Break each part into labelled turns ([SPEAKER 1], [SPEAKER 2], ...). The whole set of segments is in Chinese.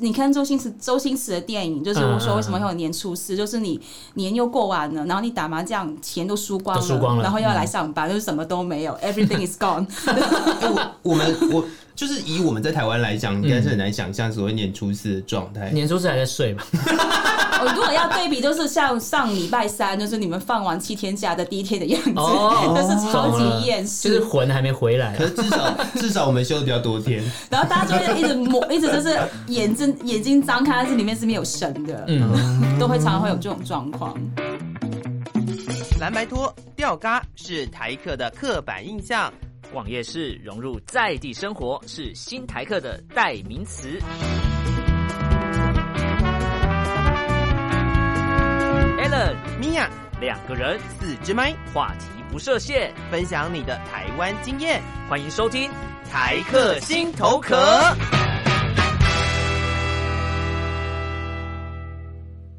[SPEAKER 1] 你看周星驰周星驰的电影，就是我
[SPEAKER 2] 嗯
[SPEAKER 1] 说为什么会有年初四，就是你年又过完了，然后你打麻将钱都输光了，
[SPEAKER 2] 都输光了
[SPEAKER 1] 然后又要来上班，就是什么都没有，everything is gone。
[SPEAKER 3] 哎我 我们我就是以我们在台湾来讲，应该是很难想象所谓年初四的状态。
[SPEAKER 2] 年初四还在睡 吧？
[SPEAKER 1] 我哦如果要对比，就是像上礼拜三，就是你们放完七天假的第一天的样子，
[SPEAKER 2] 哦
[SPEAKER 1] 那是超
[SPEAKER 2] 懂了
[SPEAKER 1] 级厌
[SPEAKER 2] 就
[SPEAKER 1] 世。
[SPEAKER 2] 是魂还没回来
[SPEAKER 3] 可。是至少至少我们休的比较多天，
[SPEAKER 1] 然后大家就会一直抹， 一直就是眼睛眼睛张开，但是里面是没有神的，
[SPEAKER 2] 嗯，
[SPEAKER 1] 都会常常会有这种状况。
[SPEAKER 4] 蓝白拖、吊嘎是台客的刻板印象。
[SPEAKER 5] 逛夜市融入在地生活是新台客的代名词。Allen
[SPEAKER 4] 米娅，
[SPEAKER 5] 两个人，
[SPEAKER 4] 四支麦，
[SPEAKER 5] 话题不设限，
[SPEAKER 4] 分享你的台湾经验，
[SPEAKER 5] 欢迎收听。
[SPEAKER 4] 台客心头壳。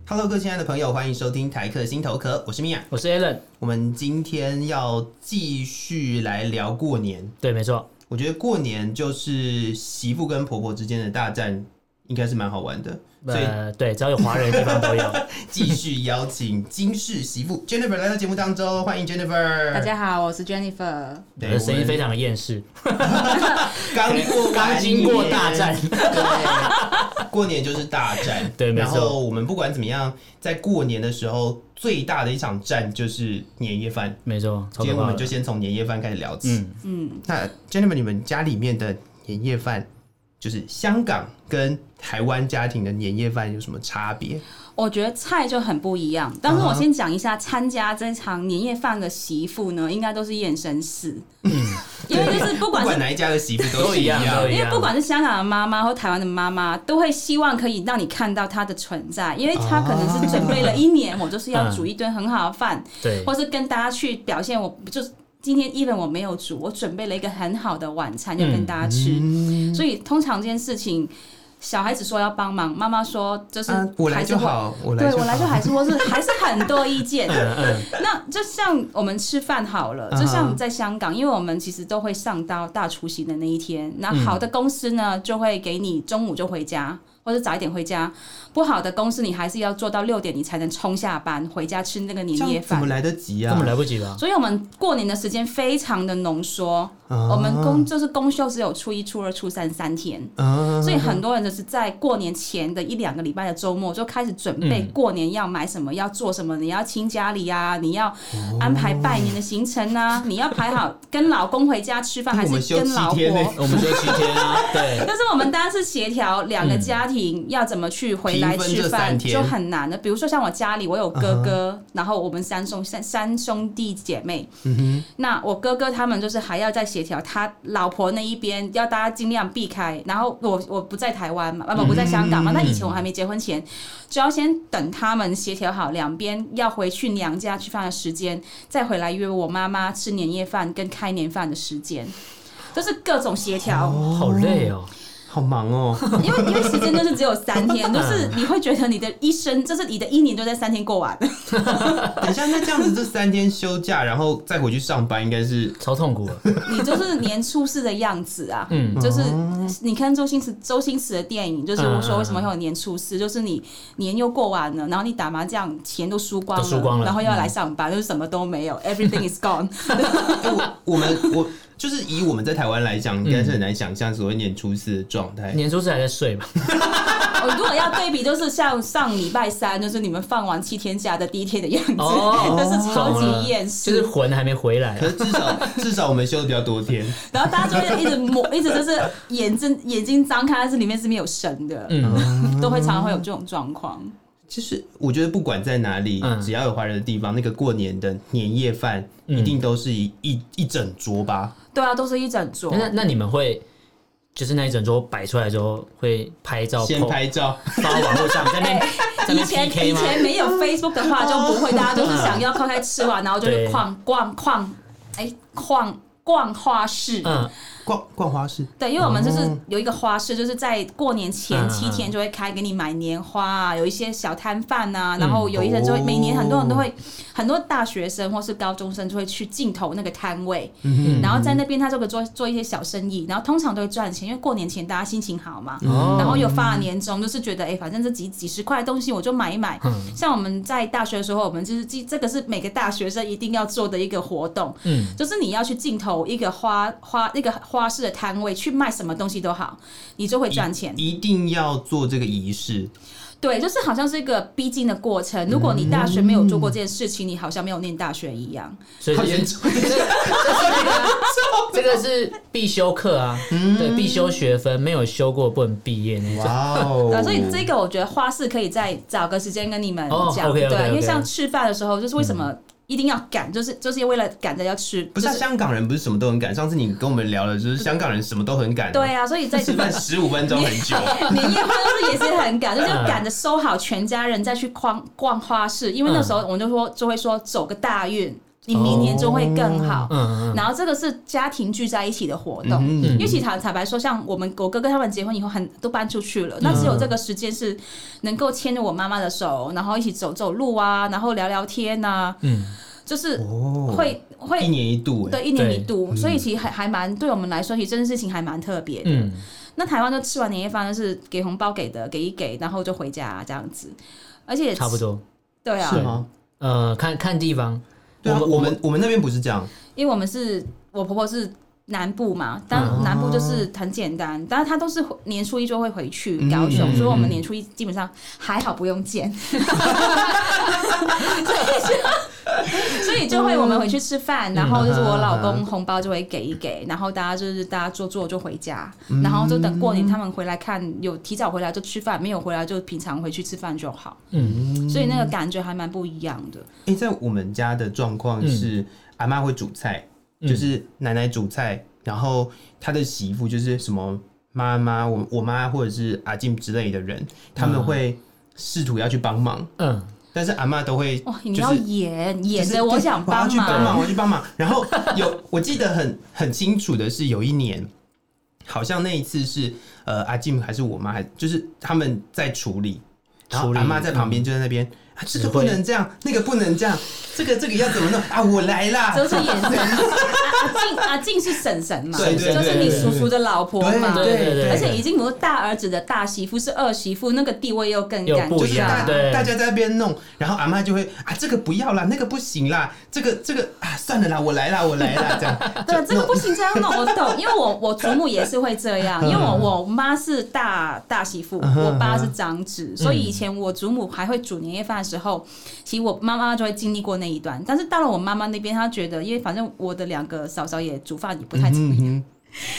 [SPEAKER 3] Hello，各位亲爱的朋友，欢迎收听台客心头壳，我是米娅。
[SPEAKER 2] 我是 Alan，
[SPEAKER 3] 我们今天要继续来聊过年。
[SPEAKER 2] 对，没错，
[SPEAKER 3] 我觉得过年就是媳妇跟婆婆之间的大战，应该是蛮好玩的。所以
[SPEAKER 2] 呃，对，只要有华人的地方都有。
[SPEAKER 3] 继续邀请金氏媳妇 Jennifer 来到节目当中，欢迎 Jennifer。
[SPEAKER 1] 大家好，我是 Jennifer。
[SPEAKER 2] 我
[SPEAKER 3] 对，
[SPEAKER 2] 的声音非
[SPEAKER 3] 我
[SPEAKER 2] 常的厌世，
[SPEAKER 3] 们刚过完
[SPEAKER 2] 刚经过大
[SPEAKER 3] 年
[SPEAKER 2] 战，
[SPEAKER 3] 对，过年就是大战。
[SPEAKER 2] 对没
[SPEAKER 3] 然
[SPEAKER 2] 错
[SPEAKER 3] 后我们不管怎么样，在过年的时候，最大的一场战就是年夜饭。
[SPEAKER 2] 没错，超可
[SPEAKER 3] 今天我
[SPEAKER 2] 怕
[SPEAKER 3] 们就
[SPEAKER 2] 的。
[SPEAKER 3] 先从年夜饭开始聊起。
[SPEAKER 2] 嗯，
[SPEAKER 1] 嗯，
[SPEAKER 3] 那 Jennifer，你们家里面的年夜饭，就是香港跟台湾家庭的年夜饭有什么差别？
[SPEAKER 1] 我觉得菜就很不一样。但是我先讲一下，参加这场年夜饭的媳妇呢，应该都是验身士，因为就是不
[SPEAKER 3] 嗯不
[SPEAKER 1] 管是
[SPEAKER 3] 管哪一家的媳妇
[SPEAKER 2] 都
[SPEAKER 3] 是
[SPEAKER 2] 一样都
[SPEAKER 3] 样
[SPEAKER 2] 一。样
[SPEAKER 1] 因为不管是香港的妈妈或台湾的妈妈，都会希望可以让你看到她的存在，因为她可能是准备了一年，我就是要煮一顿很好的饭，
[SPEAKER 3] 啊
[SPEAKER 2] 对，
[SPEAKER 1] 或是跟大家去表现我就是。今天 even 我没有煮，我准备了一个很好的晚餐要跟大家吃，
[SPEAKER 3] 嗯
[SPEAKER 1] 所以通常这件事情，小孩子说要帮忙，妈妈说就是、
[SPEAKER 3] 啊我来就，好，我来
[SPEAKER 1] 对
[SPEAKER 3] 就
[SPEAKER 1] 我
[SPEAKER 3] 好
[SPEAKER 1] 来就还是或是还是很多意见，
[SPEAKER 2] 嗯嗯，
[SPEAKER 1] 那就像我们吃饭好了，就
[SPEAKER 3] 嗯
[SPEAKER 1] 像
[SPEAKER 3] 哼
[SPEAKER 1] 在香港，因为我们其实都会上到大除夕的那一天。那
[SPEAKER 3] 嗯
[SPEAKER 1] 好的公司呢，就会给你中午就回家，或者早一点回家；不好的公司，你还是要做到六点，你才能冲下班回家吃那个
[SPEAKER 3] 这
[SPEAKER 1] 年夜
[SPEAKER 3] 样怎么
[SPEAKER 1] 饭。
[SPEAKER 3] 来得及啊？
[SPEAKER 2] 根本来不及了。
[SPEAKER 1] 所以，我们过年的时间非常的浓缩，
[SPEAKER 3] 啊
[SPEAKER 1] 我们公就是公休只有初一、初二、初三三天。
[SPEAKER 3] 啊
[SPEAKER 1] 所以很多人就是在过年前的一两个礼拜的周末就开始准备
[SPEAKER 2] 嗯
[SPEAKER 1] 过年要买什么，要做什么，你要亲家里啊，你要安排拜年的行程啊，你要排好跟老公回家吃饭
[SPEAKER 3] 那
[SPEAKER 1] 还
[SPEAKER 3] 哎我们
[SPEAKER 1] 是
[SPEAKER 3] 休
[SPEAKER 1] 跟
[SPEAKER 3] 七
[SPEAKER 1] 老婆。
[SPEAKER 3] 天呢
[SPEAKER 2] 我们休七天啊， 对，
[SPEAKER 1] 但是我们当然是协调两个家庭要怎么去回来
[SPEAKER 3] 平分
[SPEAKER 1] 吃
[SPEAKER 3] 这
[SPEAKER 1] 饭
[SPEAKER 3] 三天
[SPEAKER 1] 就很难的。比如说像我家里，我有哥哥
[SPEAKER 2] 嗯
[SPEAKER 1] 然后我们三兄三三兄弟姐妹，那我哥哥他们就是还要再协调他老婆那一边，要大家尽量避开。然后我我不在台湾嘛，啊不
[SPEAKER 2] 嗯
[SPEAKER 1] 不在香港嘛，那以前我还没结婚前，就要先等他们协调好两边要回去娘家吃饭的时间，再回来约我妈妈吃年夜饭跟开年饭的时间，就是各种协调。
[SPEAKER 2] 好累哦。
[SPEAKER 3] 好忙哦，
[SPEAKER 1] 因为因为时间就是只有三天，就是
[SPEAKER 2] 嗯
[SPEAKER 1] 你会觉得你的一生，就是你的一年就在三天过完。
[SPEAKER 3] 等一下，那这样子这三天休假，然后再回去上班，应该是
[SPEAKER 2] 超痛苦了，
[SPEAKER 1] 你就是年初四的样子啊，
[SPEAKER 2] 嗯
[SPEAKER 1] 就是你看周星驰周星驰的电影，就是我说为什么会有年初四，就是你年又过完了，然后你打麻将钱都输光
[SPEAKER 2] 都输光了嗯
[SPEAKER 1] 然后又要来上班，就是什么都没有，everything is gone。
[SPEAKER 3] 哎我 我们我就是以我们在台湾来讲，应该是很难想象所谓年初四的状态。
[SPEAKER 2] 年初四还在睡吧？
[SPEAKER 1] 我哦如果要对比，就是像上礼拜三，就是你们放完七天假的第一天的样子，
[SPEAKER 2] 哦
[SPEAKER 1] 就是超
[SPEAKER 2] 懂了
[SPEAKER 1] 级厌世，
[SPEAKER 2] 就是魂还没回来啊
[SPEAKER 3] 可。是至少至少我们休的比较多天，
[SPEAKER 1] 然后大家就会一直抹，一直就是眼睛眼睛张开，但是里面是没有神的，
[SPEAKER 2] 嗯，
[SPEAKER 1] 都会常常会有这种状况。
[SPEAKER 3] 其实我觉得不管在哪里，
[SPEAKER 2] 嗯
[SPEAKER 3] 只要有华人的地方，那个过年的年夜饭一定都是一一一整桌吧。
[SPEAKER 1] 对啊，都是一整桌。
[SPEAKER 2] 那那你们会就是那一整桌摆出来之后会拍照，
[SPEAKER 3] 先
[SPEAKER 2] po-
[SPEAKER 3] 拍照，
[SPEAKER 2] 发网络上，在那边在
[SPEAKER 1] 以
[SPEAKER 2] 那
[SPEAKER 1] 前
[SPEAKER 2] 边 PK
[SPEAKER 1] 以
[SPEAKER 2] 吗？
[SPEAKER 1] 前没有 Facebook 的话就不会，大家都是想要快快吃完，然后就去
[SPEAKER 2] 对
[SPEAKER 1] 逛逛逛，哎、逛逛花市。
[SPEAKER 2] 嗯，
[SPEAKER 3] 逛逛花市，
[SPEAKER 1] 对，因为我们就是
[SPEAKER 3] 哦
[SPEAKER 1] 有一个花市，就是在过年前
[SPEAKER 2] 嗯
[SPEAKER 1] 七天就会开给你买年花啊，有一些小摊贩啊，然后有一些
[SPEAKER 3] 哦
[SPEAKER 1] 就会每年很多人都会，很多大学生或是高中生就会去竞投那个摊位，然后在那边他就可以做做一些小生意，然后通常都会赚钱，因为过年前大家心情好嘛，
[SPEAKER 2] 哦
[SPEAKER 1] 然后又发了年终，就是觉得哎，诶反正这几几十块的东西我就买一买。
[SPEAKER 2] 嗯
[SPEAKER 1] 像我们在大学的时候，我们就是记这个是每个大学生一定要做的一个活动，
[SPEAKER 2] 嗯，
[SPEAKER 1] 就是你要去竞投一个花花那个花市的摊位去卖什么东西都好，你就会赚钱。
[SPEAKER 3] 一定要做这个仪式，
[SPEAKER 1] 对，就是好像是一个逼近的过程。如果你大学没有做过这件事情，你好像没有念大学一样。
[SPEAKER 2] 所以
[SPEAKER 3] 好
[SPEAKER 2] 就
[SPEAKER 3] 严
[SPEAKER 2] 是
[SPEAKER 3] 重。
[SPEAKER 2] 这个是必修课啊，对，必修学分，没有修过不能毕业那种。
[SPEAKER 3] 嗯哇哦
[SPEAKER 1] 对，所以这个我觉得花市可以再找个时间跟你们
[SPEAKER 2] 哦
[SPEAKER 1] 讲。
[SPEAKER 2] OK，OK，
[SPEAKER 1] 对
[SPEAKER 2] OK 嗯
[SPEAKER 1] 因为像吃饭的时候，就是为什么一定要赶，就是就是为了赶着要吃，
[SPEAKER 3] 不是
[SPEAKER 1] 就
[SPEAKER 3] 香港人不是什么都很赶，上次你跟我们聊了，就是香港人什么都很赶、
[SPEAKER 1] 对，啊，所以在
[SPEAKER 3] 吃饭十五分钟很 嗯久，
[SPEAKER 1] 年夜饭就是也是很赶，就是要赶着收好全家人再去逛逛花市，因为那时候我们就说就会说走个大运，你明年就会更好。
[SPEAKER 2] 嗯嗯
[SPEAKER 1] 然后这个是家庭聚在一起的活动，
[SPEAKER 3] 哦嗯
[SPEAKER 1] 因为其实坦坦白说，像我们我哥哥他们结婚以后很都搬出去
[SPEAKER 3] 嗯
[SPEAKER 1] 了，那只有这个时间是能够牵着我妈妈的手，然后一起走走路啊，然后聊聊天啊，
[SPEAKER 2] 嗯，
[SPEAKER 1] 就是
[SPEAKER 3] 哦，
[SPEAKER 1] 会会
[SPEAKER 3] 一年一度哎、
[SPEAKER 1] 对一年一度，所以其实还还蛮对我们来说，其实这件事情还蛮特别的。
[SPEAKER 2] 嗯
[SPEAKER 1] 那台湾就吃完年夜饭，就是给红包给的，给一给，然后就回家这样子，而且
[SPEAKER 2] 差不多。
[SPEAKER 1] 对
[SPEAKER 3] 是
[SPEAKER 1] 啊，
[SPEAKER 3] 吗？
[SPEAKER 2] 呃，看看地方，
[SPEAKER 3] 对啊，
[SPEAKER 2] 我
[SPEAKER 3] 我
[SPEAKER 2] 们
[SPEAKER 3] 们我们那边不是这样，
[SPEAKER 1] 因为我们是我婆婆是南部嘛，但南部就是很简单，但是她都是回年初一就会回去
[SPEAKER 3] 嗯
[SPEAKER 1] 高雄，
[SPEAKER 2] 嗯
[SPEAKER 1] 所以我们
[SPEAKER 2] 嗯
[SPEAKER 1] 年初一基本上还好不用见， 所以就会我们回去吃饭，然后就是我老公红包就会给一给，然后大家就是大家做做就回家，然后就等过年他们回来看，有提早回来就吃饭，没有回来就平常回去吃饭就好，
[SPEAKER 2] 嗯
[SPEAKER 1] 所以那个感觉还蛮不一样的。
[SPEAKER 3] 哎、在我们家的状
[SPEAKER 2] 嗯
[SPEAKER 3] 况是，阿妈会煮菜，就是奶奶煮菜，然后她的媳妇就是什么妈妈，我我妈或者是阿静之类的人，他们会试图要去帮忙，
[SPEAKER 2] 嗯，
[SPEAKER 3] 但是阿妈都会就
[SPEAKER 1] 哇，
[SPEAKER 3] 是
[SPEAKER 1] 哦你要演、演着我想
[SPEAKER 3] 我要
[SPEAKER 1] 帮
[SPEAKER 3] 去帮忙，
[SPEAKER 1] 忙，
[SPEAKER 3] 我要去帮忙。然后有，我记得很很清楚的是，有一年，好像那一次是呃阿静还是我妈，还就是他们在处理，然后
[SPEAKER 2] 处理嗯
[SPEAKER 3] 阿妈在旁边就在那边、啊，这个
[SPEAKER 2] 指
[SPEAKER 3] 不
[SPEAKER 2] 挥
[SPEAKER 3] 能这样，那个不能这样，这个这个要怎么弄啊？我来啦！
[SPEAKER 1] 就是眼神。阿静阿静是婶婶嘛，
[SPEAKER 3] 对对
[SPEAKER 1] 就
[SPEAKER 3] 对
[SPEAKER 1] 是你叔叔的老婆嘛，
[SPEAKER 3] 对
[SPEAKER 2] 对对对
[SPEAKER 1] 而且已经不是大儿子的大媳妇，是二媳妇，那个地位又更
[SPEAKER 2] 又
[SPEAKER 1] 尴
[SPEAKER 2] 不
[SPEAKER 3] 就
[SPEAKER 2] 一
[SPEAKER 3] 是
[SPEAKER 2] 样
[SPEAKER 3] 大
[SPEAKER 1] 尬。
[SPEAKER 2] 对
[SPEAKER 3] 大家在那边弄，然后阿妈就会啊，这个不要啦，那个不行啦，这个这个啊，算了啦，我来啦，我来啦，这样
[SPEAKER 1] 对，这个不行，这样弄我懂，因为我我祖母也是会这样，因为
[SPEAKER 2] 嗯
[SPEAKER 1] 我我妈是大大媳妇，我爸是长子，所以
[SPEAKER 2] 嗯
[SPEAKER 1] 以前我祖母还会煮年夜饭的时候，其实我妈妈就会经历过那一段。但是到了我妈妈那边，她觉得，因为反正我的两个嫂嫂也煮饭也不
[SPEAKER 3] 嗯
[SPEAKER 1] 太怎么样，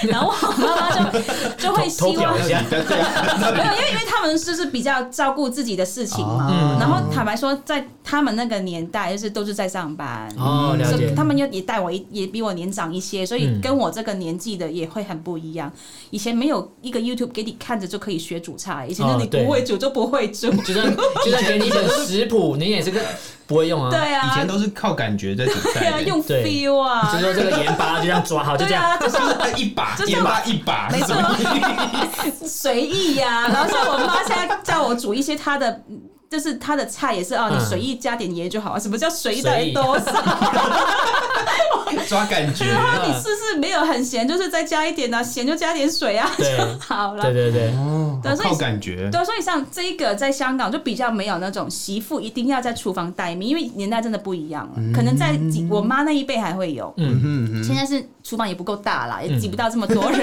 [SPEAKER 1] 然后我妈妈就就会
[SPEAKER 2] 嗯偷
[SPEAKER 1] 希望
[SPEAKER 2] 表一
[SPEAKER 3] 啊
[SPEAKER 2] 下，
[SPEAKER 1] 没 有，因为因为他们就是比较照顾自己的事情嘛。
[SPEAKER 2] 哦
[SPEAKER 3] 嗯
[SPEAKER 1] 然后坦白说，在他们那个年代，就是都是在上班。
[SPEAKER 2] 哦，了
[SPEAKER 1] 所以
[SPEAKER 2] 解，
[SPEAKER 1] 他们又也带我一也比我年长一些，所以
[SPEAKER 2] 嗯
[SPEAKER 1] 跟我这个年纪的也会很不一样。以前没有一个 YouTube 给你看着就可以学煮菜，以前那
[SPEAKER 2] 哦
[SPEAKER 1] 你
[SPEAKER 2] 对啊
[SPEAKER 1] 不会煮就不会 煮。
[SPEAKER 2] 就算就算给你一本食谱，你也是个不会用啊。
[SPEAKER 1] 对
[SPEAKER 3] 以
[SPEAKER 1] 啊，
[SPEAKER 3] 前都是靠感觉在煮
[SPEAKER 1] 对啊，
[SPEAKER 3] 菜的，
[SPEAKER 1] 用
[SPEAKER 2] 对
[SPEAKER 1] feel
[SPEAKER 2] 就
[SPEAKER 1] 啊，
[SPEAKER 2] 说这个盐巴就这样抓好，就
[SPEAKER 1] 对
[SPEAKER 2] 这样。
[SPEAKER 1] 啊，就像
[SPEAKER 3] 呃一把
[SPEAKER 1] 就像
[SPEAKER 3] 盐巴一把，
[SPEAKER 1] 没错
[SPEAKER 3] 什么意思
[SPEAKER 1] 随意呀、 然后像我妈现在叫我煮一些她的，就是她的菜也是啊，你
[SPEAKER 2] 嗯
[SPEAKER 1] 随意加点盐就好啊。什么叫随意？到底
[SPEAKER 2] 随意
[SPEAKER 1] 多少？
[SPEAKER 3] 抓感觉。
[SPEAKER 1] 然后你是不是没有很咸，就是再加一点呢、咸就加点水啊，
[SPEAKER 2] 对
[SPEAKER 1] 就 好了。
[SPEAKER 2] 对对对，
[SPEAKER 3] 哦
[SPEAKER 1] 对所以
[SPEAKER 3] 靠感觉。
[SPEAKER 1] 对，所啊以像这个在香港就比较没有那种媳妇一定要在厨房待命，因为年代真的不一样了。可能在几我妈那一辈还会有，
[SPEAKER 3] 嗯
[SPEAKER 1] 现在是厨房也不够大啦，也挤不到这么多人。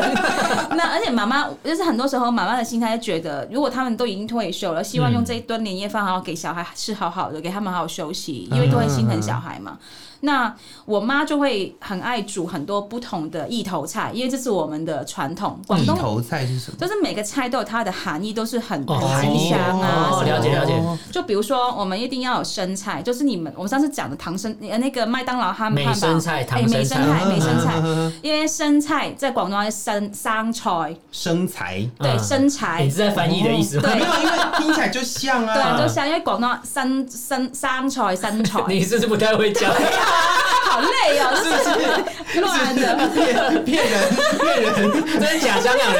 [SPEAKER 1] 那而且妈妈就是很多时候妈妈的心态就觉得，如果他们都已经退休了，希望用这一顿年夜饭好好给小孩吃好好的，给他们好好休息，因为都会心疼小孩嘛。那我妈就会很爱煮很多不同的意头菜，因为这是我们的传统。广
[SPEAKER 3] 哼，
[SPEAKER 1] 东
[SPEAKER 3] 头菜是什么？
[SPEAKER 1] 就是每个菜都有它的含义，都是很
[SPEAKER 2] 哦
[SPEAKER 1] 很含香啊。
[SPEAKER 2] 哦
[SPEAKER 1] 什么的
[SPEAKER 2] 了解了解
[SPEAKER 3] 哦
[SPEAKER 1] 就比如说，我们一定要有生菜，就是你们我们上次讲的唐生呃那个麦当劳汉
[SPEAKER 2] 美
[SPEAKER 1] 汉堡
[SPEAKER 2] 生。菜、
[SPEAKER 1] 哎，
[SPEAKER 2] 唐
[SPEAKER 1] 美
[SPEAKER 2] 生
[SPEAKER 1] 生
[SPEAKER 2] 菜，
[SPEAKER 1] 菜，美生菜
[SPEAKER 3] 嗯嗯嗯嗯，
[SPEAKER 1] 因为生菜在广东话是生生菜，
[SPEAKER 3] 生财。
[SPEAKER 1] 对，
[SPEAKER 2] 嗯
[SPEAKER 1] 生
[SPEAKER 2] 你
[SPEAKER 1] 财，
[SPEAKER 2] 是在翻译的意思吗？
[SPEAKER 1] 对
[SPEAKER 3] 没有，因为听起来就像
[SPEAKER 1] 对，
[SPEAKER 3] 啊，
[SPEAKER 1] 好想要广东话生生生菜生菜，
[SPEAKER 2] 你是不是不太会讲？
[SPEAKER 1] 好累哦，就是乱的。
[SPEAKER 3] 骗骗人骗人，
[SPEAKER 2] 真假香港人，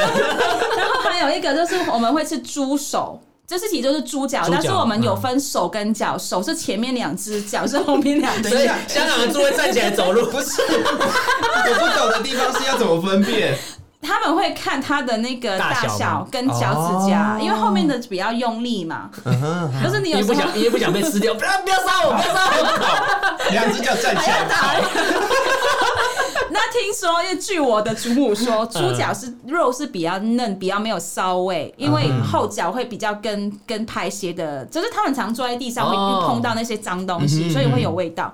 [SPEAKER 1] 然后还有一个就是我们会吃猪手。就是其实就是猪脚，
[SPEAKER 2] 猪脚
[SPEAKER 1] 但是我们有分手跟脚，手是前面两只，脚是后面两只。
[SPEAKER 3] 等
[SPEAKER 2] 所
[SPEAKER 3] 一
[SPEAKER 2] 以
[SPEAKER 3] 下
[SPEAKER 2] 香港人就会站起来走路。
[SPEAKER 3] 不是我不懂的地方是要怎么分辨？
[SPEAKER 1] 他们会看它的那个
[SPEAKER 2] 大
[SPEAKER 1] 大
[SPEAKER 2] 小吗
[SPEAKER 1] 小跟脚趾甲
[SPEAKER 3] 哦，
[SPEAKER 1] 因为后面的比较用力嘛。
[SPEAKER 2] 嗯
[SPEAKER 1] 就是你有
[SPEAKER 2] 你
[SPEAKER 1] 时
[SPEAKER 2] 不
[SPEAKER 1] 候
[SPEAKER 2] 想，你不想被吃掉， 不要不要杀我，不要杀我！
[SPEAKER 3] 两只脚站起
[SPEAKER 1] 哎
[SPEAKER 3] 来跑，
[SPEAKER 1] 那听说，因为据我的祖母说，猪脚是肉是比较嫩，比较没有骚味，因为后脚会比较跟跟排泄的，就是他们常坐在地上会
[SPEAKER 2] 哦
[SPEAKER 1] 碰到那些脏东西，所以会有味道，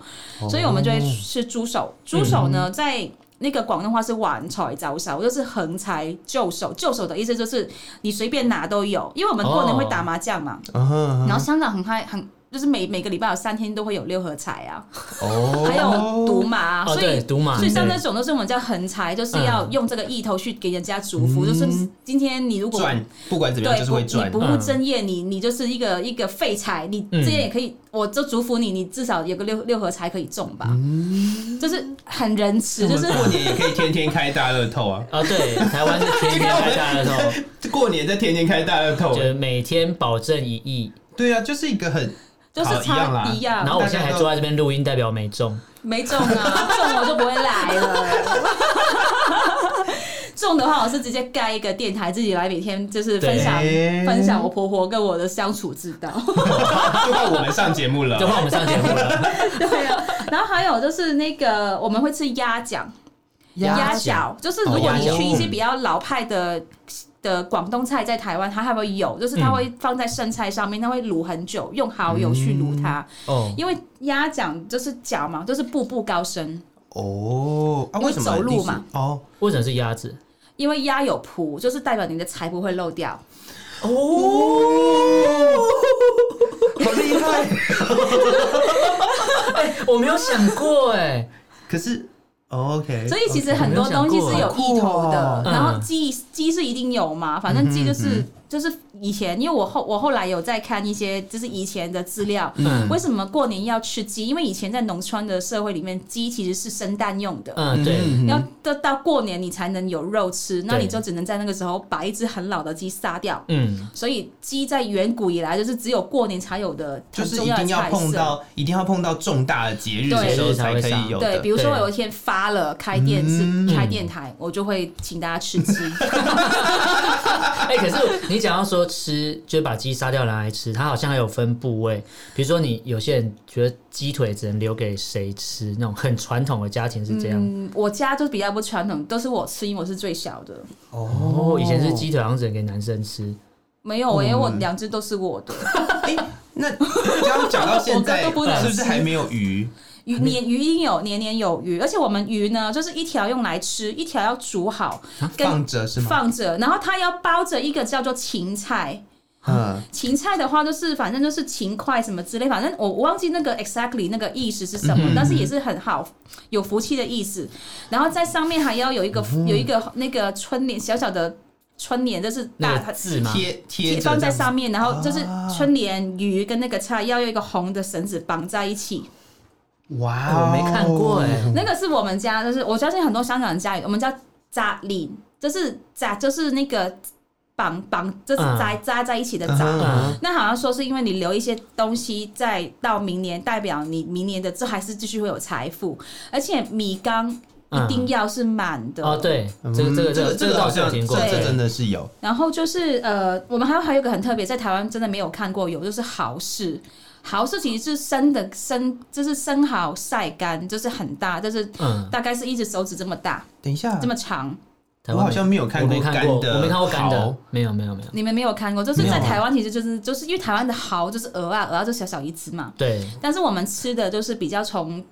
[SPEAKER 1] 所以我们就会吃猪手。猪手呢，在那个广东话是挽财招手，就是横财就手。就手的意思就是你随便拿都有，因为我们过年会打麻将嘛，
[SPEAKER 3] 嗯哦
[SPEAKER 1] 然后香港很嗨很。就是每每个礼拜有三天都会有六合彩啊，
[SPEAKER 3] 哦
[SPEAKER 1] 还有赌马、啊，
[SPEAKER 2] 哦，
[SPEAKER 1] 所以
[SPEAKER 2] 对，赌马，
[SPEAKER 1] 所以像那
[SPEAKER 2] 对
[SPEAKER 1] 种都是我们叫横财，就是要用这个
[SPEAKER 3] 嗯
[SPEAKER 1] 意头去给人家祝福，就是今天你如果
[SPEAKER 3] 转，不管怎么样
[SPEAKER 1] 对
[SPEAKER 3] 就是
[SPEAKER 1] 不
[SPEAKER 3] 会
[SPEAKER 1] 你
[SPEAKER 3] 转
[SPEAKER 1] 不。务正业，你你就是一个一个废柴，你
[SPEAKER 3] 嗯
[SPEAKER 1] 这样也可以，我就祝福你，你至少有个六六合彩可以中吧，就是很仁慈，就是
[SPEAKER 3] 嗯过年也可以天天开大乐透啊，
[SPEAKER 2] 啊，对，台湾是 天天开大乐透，
[SPEAKER 3] 过年再天天开大乐透
[SPEAKER 2] 就，是每天保证一亿。
[SPEAKER 3] 对啊，就是一个很
[SPEAKER 1] 就是
[SPEAKER 3] 好一样
[SPEAKER 1] 差
[SPEAKER 3] 啦
[SPEAKER 1] 一样啊
[SPEAKER 2] 然，后我现在还坐在这边录音，代表没中。
[SPEAKER 1] 没中 啊，中我就不会来了。 中的话，我是直接盖一个电台，自己来每天就是分享
[SPEAKER 3] 对
[SPEAKER 1] 分享我婆婆跟我的相处之道。
[SPEAKER 3] 就换我们上节目 了
[SPEAKER 2] 就。换我们上节目了，
[SPEAKER 1] 对啊，然后还有就是那个我们会吃鸭掌、鸭脚，就是如果你
[SPEAKER 2] 哦鸭脚
[SPEAKER 1] 去一些比较老派的。的广东菜在台湾，它还会有，就是它会放在剩菜上面，它会卤很久，用蚝油去卤它，
[SPEAKER 2] 哦，
[SPEAKER 1] 因为鸭掌就是脚嘛，就是步步高升，
[SPEAKER 3] 哦，啊，
[SPEAKER 1] 因为
[SPEAKER 3] 为什么
[SPEAKER 1] 走路
[SPEAKER 3] 历史
[SPEAKER 1] 嘛？
[SPEAKER 3] 哦，
[SPEAKER 2] 为什么是鸭子？
[SPEAKER 1] 因为鸭有蹼，就是代表你的财不会漏掉。
[SPEAKER 3] 好厉害！
[SPEAKER 2] 哎我没有想过哎，
[SPEAKER 3] 可是哦，OK，
[SPEAKER 1] 所以其实很多东西是有意头的
[SPEAKER 3] 好酷，
[SPEAKER 2] 哦嗯
[SPEAKER 1] 然后鸡鸡是一定有嘛，反正鸡就是就是以前，因为我后我后来有在看一些就是以前的资料，
[SPEAKER 3] 嗯
[SPEAKER 1] 为什么过年要吃鸡？因为以前在农村的社会里面，鸡其实是生蛋用的。
[SPEAKER 2] 嗯，对，
[SPEAKER 1] 要到到过年你才能有肉吃，那
[SPEAKER 2] 对
[SPEAKER 1] 你就只能在那个时候把一只很老的鸡杀掉。
[SPEAKER 2] 嗯，
[SPEAKER 1] 所以鸡在远古以来就是只有过年才有的
[SPEAKER 3] 就
[SPEAKER 1] 很
[SPEAKER 3] 是
[SPEAKER 1] 重
[SPEAKER 3] 一
[SPEAKER 1] 要的
[SPEAKER 3] 定要
[SPEAKER 1] 菜
[SPEAKER 3] 碰
[SPEAKER 1] 色。
[SPEAKER 3] 到，一定要碰到重大的节日的
[SPEAKER 1] 对
[SPEAKER 3] 时候才可以有
[SPEAKER 1] 对，
[SPEAKER 3] 的嗯
[SPEAKER 1] 比。如说我
[SPEAKER 2] 对
[SPEAKER 1] 有一天发了开电视、开电台，我就会请大家吃 鸡。
[SPEAKER 2] 哎，可是你讲到说吃，就是把鸡杀掉拿来吃，它好像还有分部位，比如说你有些人觉得鸡腿只能留给谁吃，那种很传统的家庭是这样。
[SPEAKER 1] 嗯，我家就比较不传统，都是我吃，因为我是最小的。
[SPEAKER 2] 哦，以前是鸡腿好像只能给男生吃，
[SPEAKER 1] 没有，
[SPEAKER 3] 嗯
[SPEAKER 1] 因为我两只都是我的。
[SPEAKER 3] 哎，那刚刚讲到现在，
[SPEAKER 1] 我哥都不能吃
[SPEAKER 3] 是不是还没有鱼？
[SPEAKER 1] 鱼年鱼一定有年年有余，而且我们鱼呢，就是一条用来吃，一条要煮好，
[SPEAKER 3] 啊放着是吗？
[SPEAKER 1] 放着，然后它要包着一个叫做芹菜。
[SPEAKER 3] 嗯，
[SPEAKER 1] 芹菜的话，就是反正就是芹块什么之类，反正我我忘记那个 exactly 那个意思是什么，
[SPEAKER 3] 嗯
[SPEAKER 1] 但是也是很好，有福气的意思。然后在上面还要有一个、
[SPEAKER 3] 哦
[SPEAKER 1] 有一个那个春联，小小的春联，就是大
[SPEAKER 2] 那个字嘛，
[SPEAKER 3] 贴贴
[SPEAKER 1] 贴
[SPEAKER 3] 着
[SPEAKER 1] 放在
[SPEAKER 3] 这样啊
[SPEAKER 1] 上面，然后就是春联、鱼跟那个菜要用一个红的绳子绑在一起。
[SPEAKER 3] 哇
[SPEAKER 2] 我
[SPEAKER 3] 哦，
[SPEAKER 2] 没看过哎，
[SPEAKER 1] 那个是我们家，就是我相信很多香港人家里，我们叫扎领，就是扎，就是那个绑绑，就是扎扎在一起的扎。
[SPEAKER 2] 嗯
[SPEAKER 1] 那好像说是因为你留一些东西，在到明年，代表你明年的这还是继续会有财富，而且米缸一定要是满的、
[SPEAKER 2] 哦，。对，这个这个
[SPEAKER 3] 嗯这个
[SPEAKER 2] 这
[SPEAKER 3] 这
[SPEAKER 2] 个
[SPEAKER 3] 个
[SPEAKER 2] 倒
[SPEAKER 3] 好
[SPEAKER 2] 是有
[SPEAKER 3] 像
[SPEAKER 2] 听过，
[SPEAKER 3] 这
[SPEAKER 2] 对
[SPEAKER 3] 这真的是有
[SPEAKER 1] 然后就是呃，我们还有还有一个很特别，在台湾真的没有看过有，就是蚝氏。蚝氏其实是生的生，就是生蚝晒干，就是很大，就是
[SPEAKER 2] 嗯
[SPEAKER 1] 大概是一只手指这么大，
[SPEAKER 3] 等一下
[SPEAKER 1] 这，么长。
[SPEAKER 2] 台
[SPEAKER 3] 我
[SPEAKER 2] 湾
[SPEAKER 3] 好像没有
[SPEAKER 2] 我
[SPEAKER 3] 看
[SPEAKER 2] 没
[SPEAKER 3] 过
[SPEAKER 2] 看
[SPEAKER 3] 干
[SPEAKER 2] 过，
[SPEAKER 3] 的，
[SPEAKER 2] 我没看过干的，，没有没有没有，
[SPEAKER 1] 你们没有看过，就是
[SPEAKER 3] 没有
[SPEAKER 1] 在
[SPEAKER 3] 啊
[SPEAKER 1] 台湾，其实就是就是因为台湾的蚝就是鹅啊，鹅啊就小小一只嘛，
[SPEAKER 2] 对，
[SPEAKER 1] 但是我们吃的就是比较从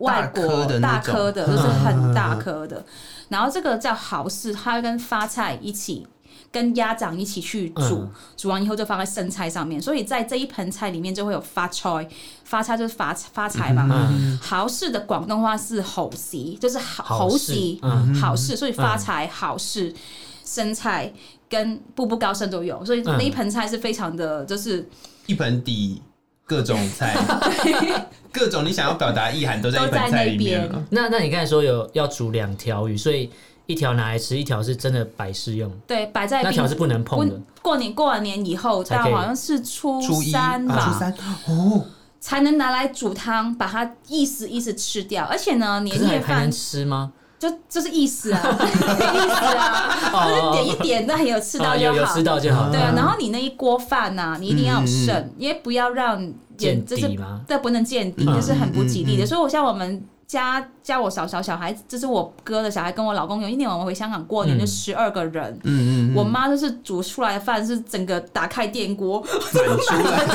[SPEAKER 1] 外国
[SPEAKER 3] 大颗的那
[SPEAKER 1] 大
[SPEAKER 3] 种
[SPEAKER 1] 颗的，就是很大颗的。然后这个叫蚝式，它会跟发菜一起。跟鸭掌一起去煮，
[SPEAKER 2] 嗯
[SPEAKER 1] 煮完以后就放在生菜上面，所以在这一盆菜里面就会有发菜，发菜就是发发财
[SPEAKER 3] 嗯
[SPEAKER 1] 嘛。
[SPEAKER 2] 嗯
[SPEAKER 1] 蚝、式的广东话是猴席，就是猴
[SPEAKER 2] 猴
[SPEAKER 1] 猴
[SPEAKER 2] 式
[SPEAKER 1] 席，
[SPEAKER 2] 嗯
[SPEAKER 1] 好事，所以发财好事，生菜跟步步高升都有，所以那一盆菜是非常
[SPEAKER 2] 嗯
[SPEAKER 1] 的，就是
[SPEAKER 3] 一盆底各种 菜，各种你想要表达意涵都在一盆菜里面
[SPEAKER 1] 都在那
[SPEAKER 3] 了。
[SPEAKER 2] 那那你刚才说有要煮两条鱼，所以一条拿来吃，一条是真的摆饰用，
[SPEAKER 1] 对摆在
[SPEAKER 2] 那
[SPEAKER 1] 冰
[SPEAKER 2] 条是不能碰的。
[SPEAKER 1] 过年过完年以后，
[SPEAKER 2] 才
[SPEAKER 1] 到
[SPEAKER 2] 可以
[SPEAKER 1] 好像是初
[SPEAKER 3] 初一啊，
[SPEAKER 1] 三吧，
[SPEAKER 3] 初三哦，
[SPEAKER 1] 才能拿来煮汤，把它意思意思吃掉。而且呢，
[SPEAKER 2] 可
[SPEAKER 1] 年
[SPEAKER 2] 是还
[SPEAKER 1] 夜
[SPEAKER 2] 还
[SPEAKER 1] 饭
[SPEAKER 2] 能吃吗？
[SPEAKER 1] 就就是意思啊， 意思 啊，就是点一点，那也有吃到
[SPEAKER 2] 啊，
[SPEAKER 1] 就
[SPEAKER 2] 哦有有
[SPEAKER 1] 好
[SPEAKER 2] 吃。到就
[SPEAKER 3] 嗯
[SPEAKER 2] 好。
[SPEAKER 1] 对啊，然后你那一锅饭呐，你一定要剩，因为不要让也
[SPEAKER 2] 嗯见
[SPEAKER 1] 就是
[SPEAKER 2] 底吗？
[SPEAKER 1] 这不能见底，
[SPEAKER 2] 嗯
[SPEAKER 1] 就是很不吉利
[SPEAKER 3] 嗯嗯
[SPEAKER 1] 的。
[SPEAKER 3] 嗯
[SPEAKER 1] 所以我像我们家家我小小小孩，就是我哥的小孩跟我老公，有一年我们回香港过年，
[SPEAKER 2] 嗯
[SPEAKER 1] 就十二个人。
[SPEAKER 3] 嗯嗯，
[SPEAKER 1] 我妈就是煮出来的饭是整个打开电 锅，
[SPEAKER 3] 满出来，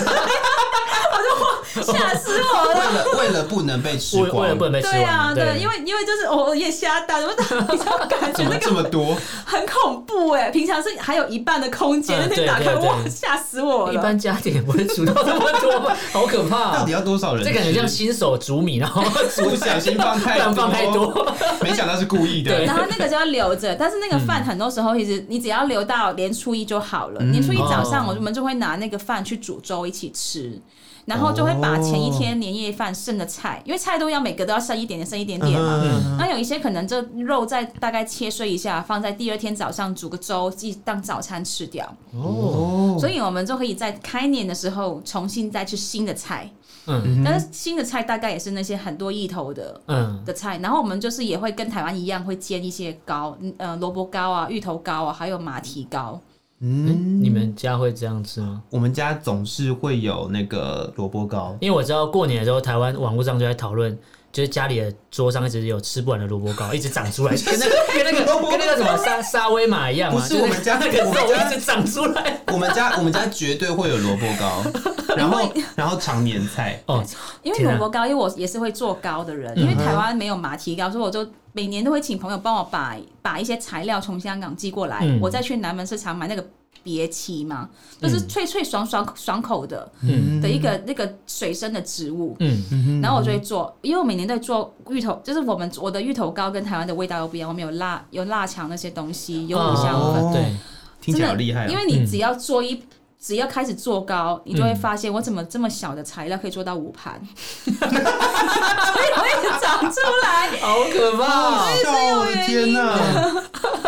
[SPEAKER 1] 吓死我了！
[SPEAKER 3] 为了为了不能被吃
[SPEAKER 2] 为为了
[SPEAKER 3] 光
[SPEAKER 2] 不，能 被吃完。
[SPEAKER 1] 对啊，对，因
[SPEAKER 2] 为
[SPEAKER 1] 为因为就是我我也吓到，我你知道 感觉
[SPEAKER 3] 怎么
[SPEAKER 1] 那
[SPEAKER 3] 这么
[SPEAKER 1] 个
[SPEAKER 3] 多？
[SPEAKER 1] 很恐怖哎、平常是还有一半的空间，
[SPEAKER 2] 嗯
[SPEAKER 1] 那天打开
[SPEAKER 2] 对对
[SPEAKER 1] 哇
[SPEAKER 2] 对
[SPEAKER 1] 吓死我
[SPEAKER 2] 一
[SPEAKER 1] 了。
[SPEAKER 2] 般家庭也不会煮到这么多吧，好可怕
[SPEAKER 3] 到
[SPEAKER 2] 啊
[SPEAKER 3] 底！要多少人吃？
[SPEAKER 2] 这感觉像新手煮米，然后
[SPEAKER 3] 不小心放太
[SPEAKER 2] 乱放太多，
[SPEAKER 3] 没想到是故意的
[SPEAKER 2] 对。
[SPEAKER 1] 然后那个就要留着，但是那个饭很多时候其实你只要留到年初一就好了。
[SPEAKER 3] 嗯
[SPEAKER 1] 年初一早上，
[SPEAKER 2] 哦
[SPEAKER 1] 我们就会拿那个饭去煮粥一起吃，然后就会把前一天年夜饭剩的菜，因为菜都要每个都要剩一点点，剩一点点嘛。
[SPEAKER 3] 嗯
[SPEAKER 1] 那有一些可能就肉再大概切碎一下，放在第二天早上煮个粥，即当早餐吃掉。
[SPEAKER 2] 哦，
[SPEAKER 1] 所以我们就可以在开年的时候重新再吃新的菜，
[SPEAKER 2] 嗯
[SPEAKER 1] 但是新的菜大概也是那些很多意头的
[SPEAKER 2] 嗯，
[SPEAKER 1] 的菜，然后我们就是也会跟台湾一样会煎一些糕，嗯呃，萝卜糕啊、芋头糕啊，还有马蹄糕。
[SPEAKER 3] 嗯，
[SPEAKER 2] 你们家会这样吃吗？
[SPEAKER 3] 我们家总是会有那个萝卜糕，
[SPEAKER 2] 因为我知道过年的时候，台湾网络上就在讨论，就是家里的桌上一直有吃不完的萝卜糕，一直长出 来，跟那个跟那个跟那个什么沙沙威玛一样嘛，
[SPEAKER 3] 不是
[SPEAKER 2] 就
[SPEAKER 3] 我们家
[SPEAKER 2] 那个
[SPEAKER 3] 我们家
[SPEAKER 2] 肉一直长出来。
[SPEAKER 3] 我们家我们家绝对会有萝卜糕，然后然后常年菜，
[SPEAKER 2] 哦，
[SPEAKER 1] 因为
[SPEAKER 2] 天啊嗯
[SPEAKER 1] 萝卜糕，因为我也是会做糕的人，因为台湾没有马蹄糕，所以我就每年都会请朋友帮我把把一些材料从香港寄过来，
[SPEAKER 2] 嗯
[SPEAKER 1] 我再去南门市场买那个别旗嘛，就是脆脆爽爽爽口的、
[SPEAKER 2] 嗯
[SPEAKER 1] 的一个那个水生的植物。
[SPEAKER 2] 嗯嗯
[SPEAKER 1] 然后我就会做，因为我每年都会做芋头，就是我们我的芋头糕跟台湾的味道又不一样，我们有辣有辣肠那些东西，有五香粉，
[SPEAKER 3] 哦
[SPEAKER 2] 对，
[SPEAKER 3] 听起来好厉害哦
[SPEAKER 1] 因。为你只要做一。只要开始做糕，你
[SPEAKER 3] 嗯
[SPEAKER 1] 就会发现我怎么这么小的材料可以做到五盘， 所以我也长出来。
[SPEAKER 2] 好可怕
[SPEAKER 1] 啊
[SPEAKER 2] 哦。
[SPEAKER 3] 哦天哪！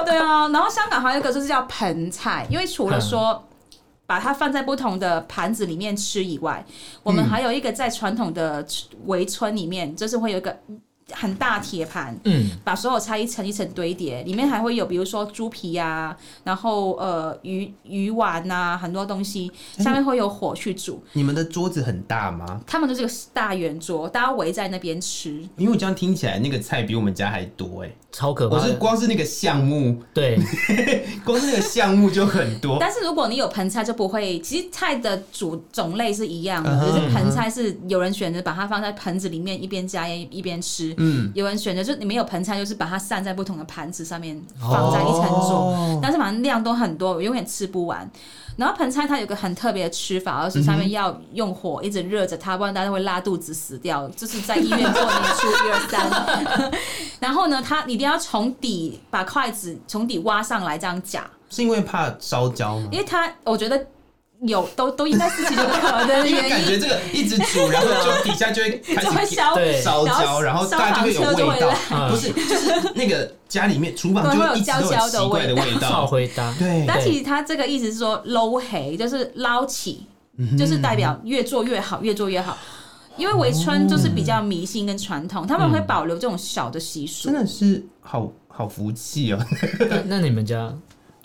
[SPEAKER 1] 对啊，然后香港还有一个就是叫盆菜，因为除了
[SPEAKER 3] 嗯
[SPEAKER 1] 说把它放在不同的盘子里面吃以外，我
[SPEAKER 3] 嗯
[SPEAKER 1] 们还有一个在传统的围村里面，就是会有一个很大铁盘，
[SPEAKER 2] 嗯，
[SPEAKER 1] 把所有菜一层一层堆叠，里面还会有比如说猪皮啊，然后呃鱼鱼丸啊，很多东西，下面会有火去煮。
[SPEAKER 3] 你们的桌子很大吗？
[SPEAKER 1] 他们就是个大圆桌，大家围在那边吃。
[SPEAKER 3] 因为我这样听起来，那个菜比我们家还多哎。
[SPEAKER 2] 超可怕
[SPEAKER 3] 我
[SPEAKER 2] 的。
[SPEAKER 3] 是光是那个项目，
[SPEAKER 2] 对，
[SPEAKER 3] 光是那个项目就很多。
[SPEAKER 1] 但是如果你有盆菜，就不会。其实菜的主种类是一样的
[SPEAKER 3] 嗯，哼
[SPEAKER 1] 只是盆菜是有人选择把它放在盆子里面一边加一边吃，
[SPEAKER 3] 嗯，
[SPEAKER 1] 有人选择就是你没有盆菜，就是把它散在不同的盘子上面放在一层桌。
[SPEAKER 3] 哦
[SPEAKER 1] 但是反正量都很多，我永远吃不完。然后盆菜它有个很特别的吃法，而是上
[SPEAKER 3] 嗯
[SPEAKER 1] 面要用火一直热着它，不然大家会拉肚子死掉。就是在医院过年初一二三， 然后呢，它一定要从底把筷子从底挖上来这样夹，
[SPEAKER 3] 是因为怕烧焦吗
[SPEAKER 1] 因？为它我觉得有都都应该是其中一个 可能的
[SPEAKER 3] 因为感
[SPEAKER 1] 原
[SPEAKER 3] 觉
[SPEAKER 1] 因，
[SPEAKER 3] 这个一直煮，然后就底下就会开
[SPEAKER 1] 就会
[SPEAKER 3] 始
[SPEAKER 1] 消
[SPEAKER 2] 对
[SPEAKER 3] 烧焦，然
[SPEAKER 1] 然
[SPEAKER 3] 后
[SPEAKER 1] 后
[SPEAKER 3] 大家就会有
[SPEAKER 1] 消防车就
[SPEAKER 3] 味
[SPEAKER 1] 会
[SPEAKER 3] 道
[SPEAKER 1] 来，
[SPEAKER 2] 嗯
[SPEAKER 3] 不是就是那个家里面厨房
[SPEAKER 1] 对
[SPEAKER 3] 就
[SPEAKER 1] 会有
[SPEAKER 3] 一直
[SPEAKER 1] 焦
[SPEAKER 3] 都有
[SPEAKER 1] 焦的
[SPEAKER 3] 奇怪的
[SPEAKER 1] 味
[SPEAKER 3] 味
[SPEAKER 2] 好
[SPEAKER 3] 道，
[SPEAKER 2] 回答。
[SPEAKER 3] 对，
[SPEAKER 1] 但其实它这个意思是说捞黑，就是捞起，
[SPEAKER 3] 嗯
[SPEAKER 1] 就是代表越做越好，越做越好。因为围村就是比较迷信跟传统，他们会保留这种小的习俗
[SPEAKER 3] 哦真。的是好好福气哦。
[SPEAKER 2] 那那你们家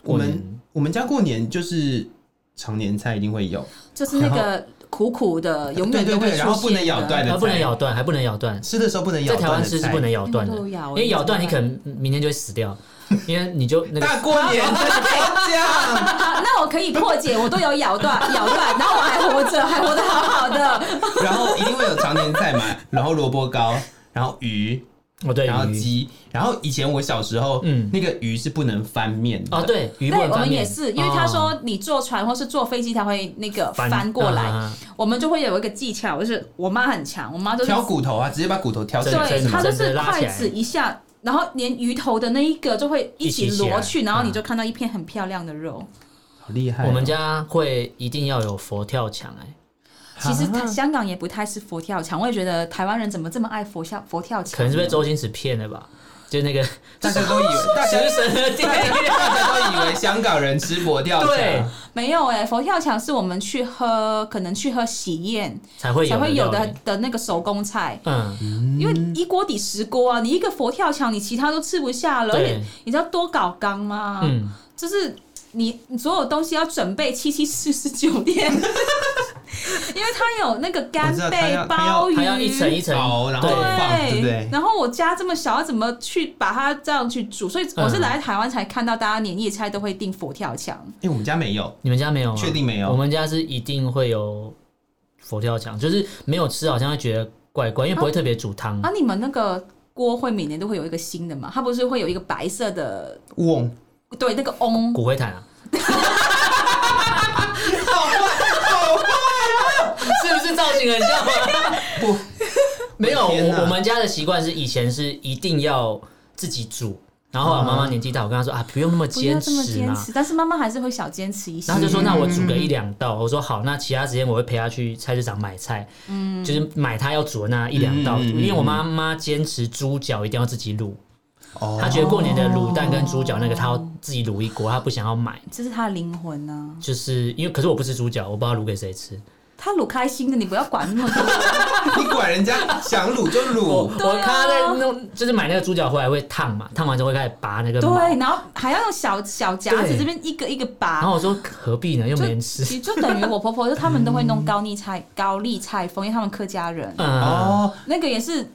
[SPEAKER 3] 我
[SPEAKER 2] 过年，
[SPEAKER 3] 们我们家过年就是常年菜一定会有，
[SPEAKER 1] 就是那个苦苦的，永远
[SPEAKER 3] 对
[SPEAKER 1] 都
[SPEAKER 3] 对
[SPEAKER 1] 会出
[SPEAKER 3] 对，然后不能
[SPEAKER 1] 现
[SPEAKER 3] 咬
[SPEAKER 1] 的
[SPEAKER 2] 还
[SPEAKER 3] 断的菜，
[SPEAKER 2] 啊不能咬断，还不能咬断。
[SPEAKER 3] 吃的时候不能咬
[SPEAKER 2] 在台
[SPEAKER 3] 断
[SPEAKER 2] 湾
[SPEAKER 3] 的
[SPEAKER 2] 吃
[SPEAKER 3] 菜
[SPEAKER 2] 是不能咬断的
[SPEAKER 1] 那个哎都，咬
[SPEAKER 2] 因为咬断你可能明天就会死掉，因为你就那个
[SPEAKER 3] 大过年的这样，
[SPEAKER 1] 啊，那我可以破解，我都有咬断， 咬断，然后我还活着，还活得好好的。
[SPEAKER 3] 然后一定会有常年 菜嘛，然后萝卜糕，然后鱼，
[SPEAKER 2] 哦对，
[SPEAKER 3] 然后
[SPEAKER 2] 鱼
[SPEAKER 3] 鸡，然后以前我小时候，
[SPEAKER 2] 嗯
[SPEAKER 3] 那个鱼是不能翻面的
[SPEAKER 2] 哦对，鱼
[SPEAKER 1] 对，
[SPEAKER 2] 不
[SPEAKER 1] 我
[SPEAKER 2] 能翻
[SPEAKER 1] 们
[SPEAKER 2] 面
[SPEAKER 1] 也是，因为他说
[SPEAKER 3] 哦
[SPEAKER 1] 你坐船或是坐飞机，他会那个
[SPEAKER 2] 哦
[SPEAKER 1] 翻过
[SPEAKER 2] 啊
[SPEAKER 1] 来，
[SPEAKER 2] 啊
[SPEAKER 1] 我们就会有一个技巧，就是我妈很强，我妈就是
[SPEAKER 3] 挑骨头啊，直接把骨头挑起来
[SPEAKER 2] 对
[SPEAKER 3] 是
[SPEAKER 1] 对，
[SPEAKER 3] 吗
[SPEAKER 1] 她就
[SPEAKER 2] 真的
[SPEAKER 1] 是
[SPEAKER 2] 拉起
[SPEAKER 1] 筷
[SPEAKER 2] 来
[SPEAKER 1] 子一下然后连鱼头的那一个就会一
[SPEAKER 2] 一
[SPEAKER 1] 起
[SPEAKER 2] 起起来
[SPEAKER 1] 挪去，然后你
[SPEAKER 2] 嗯
[SPEAKER 1] 就看到一片很漂亮的肉。
[SPEAKER 3] 好厉害哦、
[SPEAKER 2] 我们家会一定要有佛跳墙哎、
[SPEAKER 1] 其实
[SPEAKER 3] 啊
[SPEAKER 1] 香港也不太是佛跳墙，我也觉得台湾人怎么这么爱佛跳佛跳墙？
[SPEAKER 2] 可能是被周星驰骗了吧？就那个
[SPEAKER 3] 大家 都以为，大家
[SPEAKER 2] 食神的电
[SPEAKER 3] 大家
[SPEAKER 2] 影，
[SPEAKER 3] 大家都以为香港人吃佛跳
[SPEAKER 2] 对
[SPEAKER 3] 墙，
[SPEAKER 1] 没有哎、佛跳墙是我们去喝，可能去喝喜宴
[SPEAKER 2] 才会有
[SPEAKER 1] 才会有
[SPEAKER 2] 料
[SPEAKER 1] 的
[SPEAKER 2] 理
[SPEAKER 1] 的那个手工菜。
[SPEAKER 2] 嗯，
[SPEAKER 1] 因为一锅底十锅啊，你一个佛跳墙，你其他都吃不下了，而且
[SPEAKER 2] 对
[SPEAKER 1] 你知道多搞刚吗？
[SPEAKER 2] 嗯，
[SPEAKER 1] 就是你你所有东西要准备七七四十九天， 因为它有那个干
[SPEAKER 3] 我知道它
[SPEAKER 1] 贝
[SPEAKER 3] 要、它要
[SPEAKER 1] 鲍鱼，
[SPEAKER 2] 还要一层一层
[SPEAKER 3] 熬然后
[SPEAKER 2] 对
[SPEAKER 3] 放，对不对？
[SPEAKER 1] 然后我家这么小，要怎么去把它这样去煮？所以我是
[SPEAKER 2] 嗯
[SPEAKER 1] 来台湾才看到大家年夜菜都会订佛跳墙。
[SPEAKER 3] 因为哎我们家没有，
[SPEAKER 2] 你们家没有吗？
[SPEAKER 3] 确定没有
[SPEAKER 2] 我们家是一定会有佛跳墙，就是没有吃好像会觉得怪怪，因为不会特别煮
[SPEAKER 3] 嗯
[SPEAKER 2] 汤。
[SPEAKER 1] 啊，你们那个锅会每年都会有一个新的嘛？它不是会有一个白色的，
[SPEAKER 3] 瓮，
[SPEAKER 1] 对，那个翁。
[SPEAKER 2] 骨灰坛啊，是不是造型很像啊？
[SPEAKER 3] 啊不，
[SPEAKER 2] 没有，
[SPEAKER 3] 天啊哪
[SPEAKER 2] 我我们家的习惯是以前是一定要自己煮，然后我妈妈年纪大，我跟她说啊，不用那么
[SPEAKER 1] 不要
[SPEAKER 2] 坚
[SPEAKER 1] 这么
[SPEAKER 2] 持
[SPEAKER 1] 坚
[SPEAKER 2] 嘛。
[SPEAKER 1] 持，但是妈妈还是会小坚持一些
[SPEAKER 2] 然。后她就说：“那我煮个一
[SPEAKER 1] 嗯
[SPEAKER 2] 两道。”我说：“好，那其他时间我会陪她去菜市场买菜，就是买她要煮的那一两道。
[SPEAKER 3] 嗯嗯嗯
[SPEAKER 2] 因为我妈妈坚持猪脚一定要自己卤，
[SPEAKER 3] 哦
[SPEAKER 2] 她觉得过年的卤蛋跟猪脚那个她要自己卤一锅，她不想要买。
[SPEAKER 1] 这是他的灵魂呢、
[SPEAKER 2] 就是因为，可是我不吃猪脚，我不知道卤给谁吃。
[SPEAKER 1] 他卤开心的，你不要管那么多。
[SPEAKER 3] 你管人家想卤就
[SPEAKER 2] 我
[SPEAKER 1] 啊
[SPEAKER 3] 卤，
[SPEAKER 2] 我看她在弄，就是买那个猪脚回来会烫嘛，烫完之后会开始拔那个毛。
[SPEAKER 1] 对，然后还要用小小夹子
[SPEAKER 2] 对
[SPEAKER 1] 这边一个一个
[SPEAKER 2] 然后
[SPEAKER 1] 拔。
[SPEAKER 2] 我说何必呢？又没人吃。
[SPEAKER 1] 其实就等于我婆婆，就他们都会弄高丽菜、高丽菜风，因为他们客家人，
[SPEAKER 2] 嗯，哦，
[SPEAKER 3] 哦，
[SPEAKER 1] 那个也是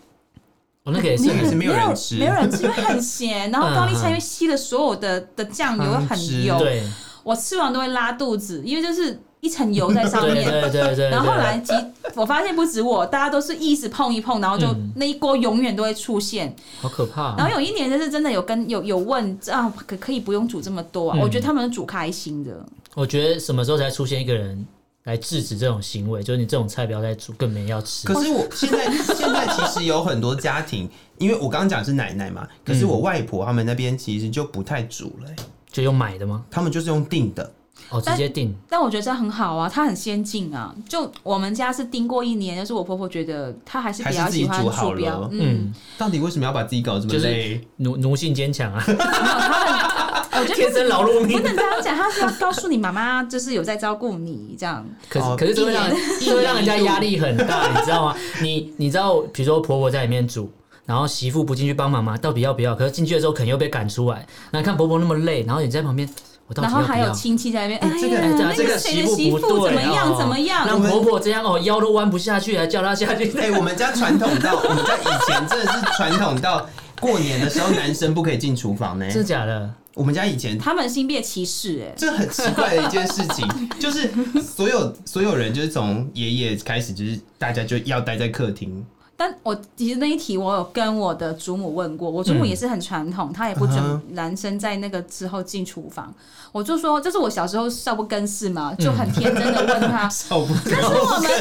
[SPEAKER 2] 我那个也是
[SPEAKER 3] 那，个是没有人吃
[SPEAKER 1] 没有人吃，因为很咸。然后
[SPEAKER 2] 嗯
[SPEAKER 1] 高丽菜因为吸了所有的的酱油，
[SPEAKER 3] 汤汁
[SPEAKER 1] 很油，
[SPEAKER 2] 对
[SPEAKER 1] 我吃完都会拉肚子，因为就是一层油在上
[SPEAKER 2] 对
[SPEAKER 1] 面。
[SPEAKER 2] 对对对。
[SPEAKER 1] 然后后
[SPEAKER 2] 对
[SPEAKER 1] 来，其我发现不止我，大家都是一直碰一碰，然后就
[SPEAKER 2] 嗯
[SPEAKER 1] 那一锅永远都会出现。
[SPEAKER 2] 好可怕啊。
[SPEAKER 1] 然后有一年就是真的有跟有有问啊，可可以不用煮这么多啊？
[SPEAKER 2] 嗯
[SPEAKER 1] 我觉得他们煮开心的，
[SPEAKER 2] 我觉得什么时候才出现一个人来制止这种行为？就是你这种菜不要再煮，更没人要吃。
[SPEAKER 3] 可是我现在现在其实有很多家庭，因为我刚刚讲是奶奶嘛，可是
[SPEAKER 2] 嗯
[SPEAKER 3] 我外婆他们那边其实就不太煮了、欸
[SPEAKER 2] 就用买的吗？
[SPEAKER 3] 他们就是用订的，
[SPEAKER 2] 哦，直
[SPEAKER 1] 但
[SPEAKER 2] 接订。
[SPEAKER 1] 但我觉得这样很好啊，它很先进啊。就我们家是盯过一年，就是我婆婆觉得她还是比较
[SPEAKER 3] 还是自己
[SPEAKER 1] 喜欢
[SPEAKER 3] 煮好
[SPEAKER 1] 比较
[SPEAKER 3] 了
[SPEAKER 1] 嗯
[SPEAKER 2] 嗯，
[SPEAKER 3] 到底为什么要把自己搞这么
[SPEAKER 2] 就是
[SPEAKER 3] 累？
[SPEAKER 2] 奴奴性坚 强啊，哦
[SPEAKER 1] 我觉得
[SPEAKER 2] 天生劳碌
[SPEAKER 1] 不
[SPEAKER 2] 命。
[SPEAKER 1] 能这样讲，他是要告诉你妈妈就是有在照顾你这样。
[SPEAKER 2] 可是
[SPEAKER 3] 哦
[SPEAKER 2] 可是这会让
[SPEAKER 1] 一
[SPEAKER 2] 这会让人家压力很大，你知道吗？ 你你知道，比如说婆婆在里面煮。然后媳妇不进去帮忙吗？到底要不要？可是进去的时候，可能又被赶出来。那看婆婆那么累，然后你在旁边，我到底
[SPEAKER 1] 然
[SPEAKER 2] 要
[SPEAKER 1] 后
[SPEAKER 2] 不
[SPEAKER 1] 还有
[SPEAKER 2] 要？
[SPEAKER 1] 亲戚在那边，哎
[SPEAKER 3] 哎这个
[SPEAKER 1] 呀，
[SPEAKER 2] 对啊
[SPEAKER 1] 那，
[SPEAKER 2] 这个
[SPEAKER 1] 谁的
[SPEAKER 2] 妇
[SPEAKER 1] 媳
[SPEAKER 2] 不对
[SPEAKER 1] 妇怎么样
[SPEAKER 2] 哦
[SPEAKER 1] 怎么样
[SPEAKER 2] 让？婆婆这样哦，腰都弯不下去，还叫她下去。
[SPEAKER 3] 哎、我们家传统到，我们家以前真的是传统到，过年的时候男生不可以进厨房呢、欸
[SPEAKER 2] 真的假的？
[SPEAKER 3] 我们家以前
[SPEAKER 1] 他们性别歧视哎、
[SPEAKER 3] 这很奇怪的一件事 情，就是所有所有人就是从爷爷开始，就是大家就要待在客厅，
[SPEAKER 1] 但我其实那一题我有跟我的祖母问过，我祖母也是很传统，她也不
[SPEAKER 3] 嗯
[SPEAKER 1] 准男生在那个之后进厨房。我就说，这是我小时候少不更事嘛，就很天真的问他。
[SPEAKER 3] 少哦不
[SPEAKER 1] 但是我们，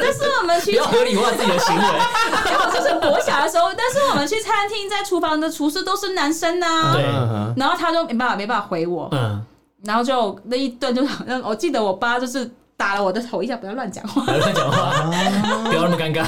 [SPEAKER 1] 但是我们
[SPEAKER 2] 不
[SPEAKER 1] 去
[SPEAKER 2] 要合理化自己的行为。
[SPEAKER 1] 没有，这是国小的时候。但是我们去餐厅，在厨房的厨师都是男生呐、
[SPEAKER 2] 对
[SPEAKER 3] 嗯
[SPEAKER 1] 然后他就没办法，没办法回我，
[SPEAKER 2] 嗯，
[SPEAKER 1] 然后就那一顿就好像，我记得我爸就是打了我的头一下，不要乱讲 话。
[SPEAKER 2] 不要乱讲话，不要那么尴尬。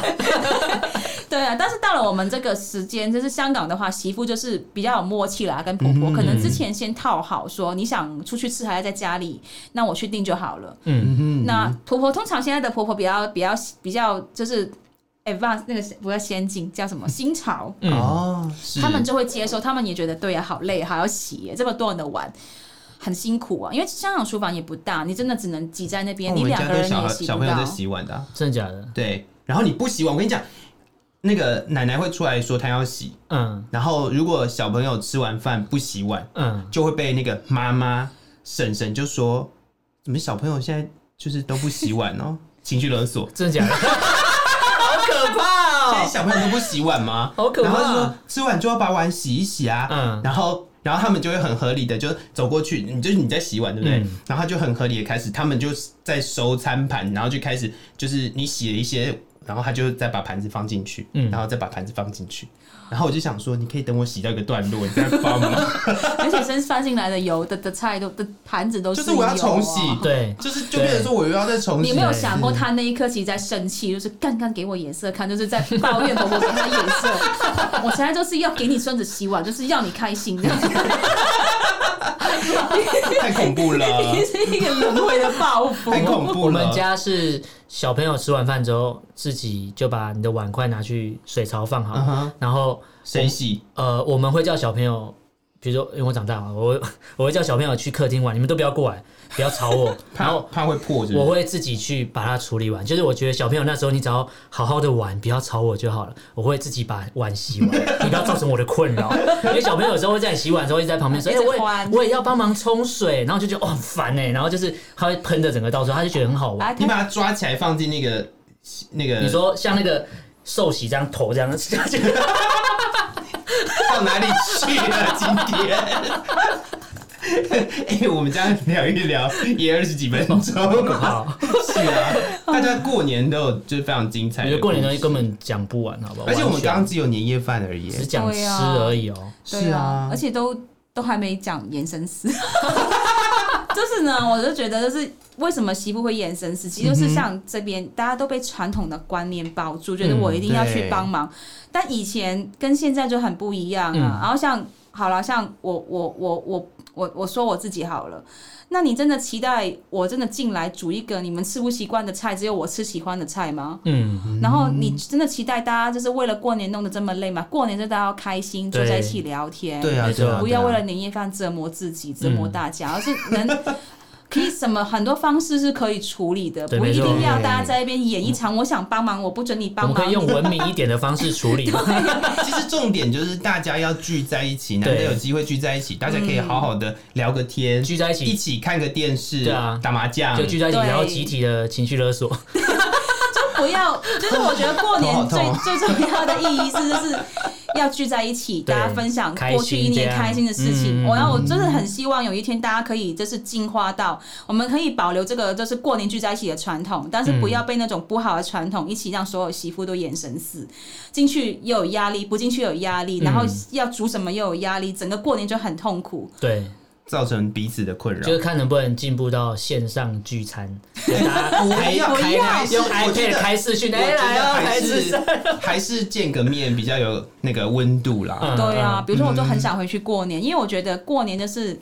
[SPEAKER 1] 对啊，但是到了我们这个时间，就是香港的话，媳妇就是比较有默契啦，跟婆婆、可能之前先套好说，你想出去吃还是在家里，那我去订就好了。
[SPEAKER 2] 嗯，
[SPEAKER 3] 嗯
[SPEAKER 1] 那婆婆通常现在的婆婆比较比较比较就是 advance 那个不要先进叫什么新潮，
[SPEAKER 3] 哼，
[SPEAKER 2] 嗯
[SPEAKER 3] 哦，是
[SPEAKER 1] 他们就会接受，他们也觉得对呀、好累，还要洗耶，这么多人的碗，很辛苦啊。因为香港厨房也不大，你真的只能挤在那边，哦
[SPEAKER 3] 我
[SPEAKER 1] 你
[SPEAKER 3] 们
[SPEAKER 1] 两
[SPEAKER 3] 家
[SPEAKER 1] 个
[SPEAKER 3] 都
[SPEAKER 1] 人
[SPEAKER 3] 小
[SPEAKER 1] 也
[SPEAKER 3] 孩
[SPEAKER 1] 洗
[SPEAKER 3] 小
[SPEAKER 1] 不
[SPEAKER 3] 朋友
[SPEAKER 1] 到
[SPEAKER 3] 在。洗碗的啊、
[SPEAKER 2] 真的假的？
[SPEAKER 3] 对，然后你不洗碗，我跟你讲，那个奶奶会出来说她要洗，
[SPEAKER 2] 嗯
[SPEAKER 3] 然后如果小朋友吃完饭不洗碗，
[SPEAKER 2] 嗯，
[SPEAKER 3] 就会被那个妈妈婶婶就说：“怎么小朋友现在就是都不洗碗哦，情绪勒索。
[SPEAKER 2] 真的假的？好可怕
[SPEAKER 3] 现在
[SPEAKER 2] 哦！
[SPEAKER 3] 小朋友都不洗碗吗？
[SPEAKER 2] 好可怕
[SPEAKER 3] 然后说吃完就要把碗洗一洗啊。
[SPEAKER 2] 嗯
[SPEAKER 3] 然后然后他们就会很合理的就走过去，你就是你在洗碗对不对？
[SPEAKER 2] 嗯
[SPEAKER 3] 然后他就很合理的开始，他们就在收餐盘，然后就开始就是你洗了一些然后他就再把盘子放进去，
[SPEAKER 2] 嗯
[SPEAKER 3] 然后再把盘子放进去，然后我就想说，你可以等我洗到一个段落，你再放吗？
[SPEAKER 1] 而且身翻进来的油的的菜都的盘子都
[SPEAKER 3] 就是
[SPEAKER 1] 油
[SPEAKER 3] 我要
[SPEAKER 1] 啊
[SPEAKER 3] 重洗
[SPEAKER 2] 对，
[SPEAKER 3] 就是就变成说我又要再重哎
[SPEAKER 1] 你
[SPEAKER 3] 洗
[SPEAKER 1] 有没。有想过，他那一刻其实在生气，就是干干给我眼色看，就是在抱怨婆婆给他眼 色。我现在就是要给你孙子洗碗，就是要你开心这样子，
[SPEAKER 3] 太恐怖 了，
[SPEAKER 1] 是 一个轮回的报复。
[SPEAKER 3] 太恐怖了。
[SPEAKER 2] 我们家是小朋友吃完饭之后，自己就把你的碗筷拿去水槽放好，
[SPEAKER 3] 嗯哼
[SPEAKER 2] 然后
[SPEAKER 3] 谁洗？
[SPEAKER 2] 呃，我们会叫小朋友，比如说因为我长大了，我会 我会叫小朋友去客厅玩，你们都不要过来，不要吵我，然
[SPEAKER 3] 怕
[SPEAKER 2] 后。
[SPEAKER 3] 怕会破是不
[SPEAKER 2] 我
[SPEAKER 3] 是，
[SPEAKER 2] 会自己去把它处理完，就是我觉得小朋友那时候，你只要好好的玩，不要吵我就好了。我会自己把碗洗完，你不要造成我的困扰。因为小朋友有时候会在你洗碗的时候，一直在旁边说：“
[SPEAKER 1] 一
[SPEAKER 2] 哎、
[SPEAKER 1] 直
[SPEAKER 2] 我
[SPEAKER 1] 欢
[SPEAKER 2] 也我也要帮忙冲水。”然后就觉得哦很烦哎、然后就是他会喷的整个到处，他就觉得很好玩。
[SPEAKER 1] 啊，
[SPEAKER 3] 你
[SPEAKER 1] 他
[SPEAKER 3] 把它抓起来放进那个那个，
[SPEAKER 2] 你说像那个寿喜这样头这样，
[SPEAKER 3] 到哪里去了？今天？哎、我们家聊一聊也二十几分钟，
[SPEAKER 2] 好，
[SPEAKER 3] 是啊，大家过年都有就是非常精
[SPEAKER 2] 我
[SPEAKER 3] 彩
[SPEAKER 2] 觉
[SPEAKER 3] 的
[SPEAKER 2] 得过年
[SPEAKER 3] 故
[SPEAKER 2] 东
[SPEAKER 3] 事
[SPEAKER 2] 西根本讲不完，好不好？
[SPEAKER 3] 而且我们
[SPEAKER 2] 完全
[SPEAKER 3] 刚刚只有年夜饭而已
[SPEAKER 2] 只，讲吃
[SPEAKER 1] 对啊
[SPEAKER 2] 而已哦。
[SPEAKER 1] 对啊，而且都都还没讲延伸死。 就是呢，我就觉得，就是为什么媳妇会延伸死，其实就是像这边、大家都被传统的观念包住，觉得我一定要去帮忙。但以前跟现在就很不一样啊。
[SPEAKER 2] 嗯
[SPEAKER 1] 然后像好了，像我我我我我我说我自己好了，那你真的期待我真的进来煮一个你们吃不习惯的菜，只有我吃喜欢的菜吗？
[SPEAKER 2] 嗯，
[SPEAKER 1] 然后你真的期待大家就是为了过年弄得这么累吗？过年就大家要开心，
[SPEAKER 2] 对
[SPEAKER 1] 坐在一起聊天，
[SPEAKER 3] 对啊，
[SPEAKER 2] 没错
[SPEAKER 3] 对啊，
[SPEAKER 1] 不要为
[SPEAKER 3] 对啊
[SPEAKER 1] 了年夜饭折磨自己、折磨大
[SPEAKER 2] 嗯
[SPEAKER 1] 家，而是能 可以什么很多方式是可以处理的，
[SPEAKER 2] 对
[SPEAKER 1] 不一
[SPEAKER 2] 没错嗯
[SPEAKER 1] 定要大家在那边演一场。我想帮忙，我不准你
[SPEAKER 2] 我
[SPEAKER 1] 帮
[SPEAKER 2] 们可
[SPEAKER 1] 忙
[SPEAKER 2] 以。用文明一点的方式处理嘛。
[SPEAKER 3] 其实重点就是大家要聚在一起，难得
[SPEAKER 2] 对
[SPEAKER 3] 有机会聚在一起，大家可以好好的聊个天，
[SPEAKER 2] 聚在一起
[SPEAKER 3] 一起看个电视，
[SPEAKER 2] 对啊
[SPEAKER 3] 打麻将，
[SPEAKER 2] 就聚在一起，
[SPEAKER 1] 对
[SPEAKER 2] 然后集体的情绪勒索。
[SPEAKER 1] 不要，就是我觉得过
[SPEAKER 3] 头
[SPEAKER 1] 年
[SPEAKER 3] 好
[SPEAKER 1] 最
[SPEAKER 3] 痛
[SPEAKER 1] 最重要的意义是，就是要聚在一起，
[SPEAKER 2] 对
[SPEAKER 1] 大家分享
[SPEAKER 2] 开
[SPEAKER 1] 过去一
[SPEAKER 2] 心这
[SPEAKER 1] 年
[SPEAKER 2] 样
[SPEAKER 1] 开心的事情。
[SPEAKER 2] 嗯
[SPEAKER 1] 我然后我真的很希望有一天大家可以就是进化到，我们可以保留这个就是过年聚在一起的传统，但是不要被那种不好的传统一起让所有媳妇都眼神死，进去又有压力，不进去又有压力，然后
[SPEAKER 2] 嗯
[SPEAKER 1] 要煮什么又有压力，整个过年就很痛苦。
[SPEAKER 2] 对，
[SPEAKER 3] 造成彼此的困扰
[SPEAKER 2] 就。是看能不能进步到线上聚餐，就大家开
[SPEAKER 3] 要
[SPEAKER 2] 开
[SPEAKER 3] 还是
[SPEAKER 2] 用
[SPEAKER 3] 我觉
[SPEAKER 2] iPad
[SPEAKER 3] 得
[SPEAKER 2] 开视讯，
[SPEAKER 3] 我
[SPEAKER 2] 哎
[SPEAKER 3] 觉
[SPEAKER 2] 来
[SPEAKER 3] 得
[SPEAKER 2] 哦，
[SPEAKER 3] 还
[SPEAKER 2] 孩子
[SPEAKER 3] 是还是见个面比较有那个温度啦。
[SPEAKER 2] 嗯
[SPEAKER 1] 对啊，比如说我就很想回去过年，因为我觉得过年就是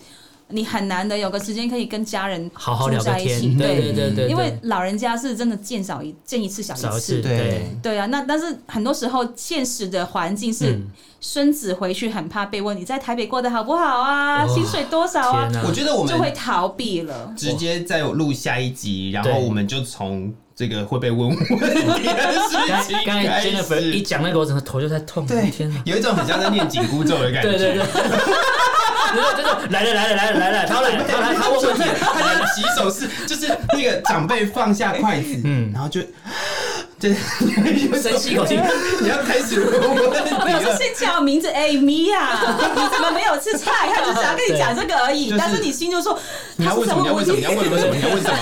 [SPEAKER 1] 你很难得有个时间可以跟家人
[SPEAKER 2] 好好聊
[SPEAKER 1] 住
[SPEAKER 2] 个
[SPEAKER 1] 在一
[SPEAKER 2] 天
[SPEAKER 1] 起，。
[SPEAKER 2] 对对对对，
[SPEAKER 1] 因为老人家是真的见少一见一次少
[SPEAKER 2] 少
[SPEAKER 1] 一
[SPEAKER 2] 一次
[SPEAKER 1] 次。
[SPEAKER 2] 对
[SPEAKER 3] 对，
[SPEAKER 1] 对啊，那但是很多时候现实的环境是
[SPEAKER 2] 嗯
[SPEAKER 1] 孙子回去很怕被问你在台北过得好不好啊，
[SPEAKER 2] 哇
[SPEAKER 1] 薪水多少啊
[SPEAKER 2] 天，哪，
[SPEAKER 3] 我觉得我
[SPEAKER 1] 就会
[SPEAKER 3] 们
[SPEAKER 1] 逃避了。
[SPEAKER 3] 直接再录下一集，然后
[SPEAKER 2] 对
[SPEAKER 3] 我们就从这个会被问问题的事情
[SPEAKER 2] 刚刚
[SPEAKER 3] 开
[SPEAKER 2] 才 Jennifer 一
[SPEAKER 3] 始。
[SPEAKER 2] 讲那个，我整个头就在痛，
[SPEAKER 3] 对
[SPEAKER 2] 天哪，！
[SPEAKER 3] 有一种很像在念紧箍咒的感觉。
[SPEAKER 2] 对对对。然后这种来了来了来了来了，他来了他来了他问问题，
[SPEAKER 3] 他的洗手是就是那个长辈放下筷子，嗯，
[SPEAKER 2] 嗯
[SPEAKER 3] 然后就就是
[SPEAKER 2] 深吸一口气，
[SPEAKER 3] 你要开始问问题
[SPEAKER 1] 没有，是
[SPEAKER 3] 了。
[SPEAKER 1] 先叫我名字，哎，米娅， 你怎么没有吃菜？他就想跟你讲这个而已
[SPEAKER 3] 就，是
[SPEAKER 1] 但是你心就说
[SPEAKER 3] 你要
[SPEAKER 1] 他是
[SPEAKER 3] 问什么？你要
[SPEAKER 1] 么
[SPEAKER 3] 问什么？你要问什么？你要问什么？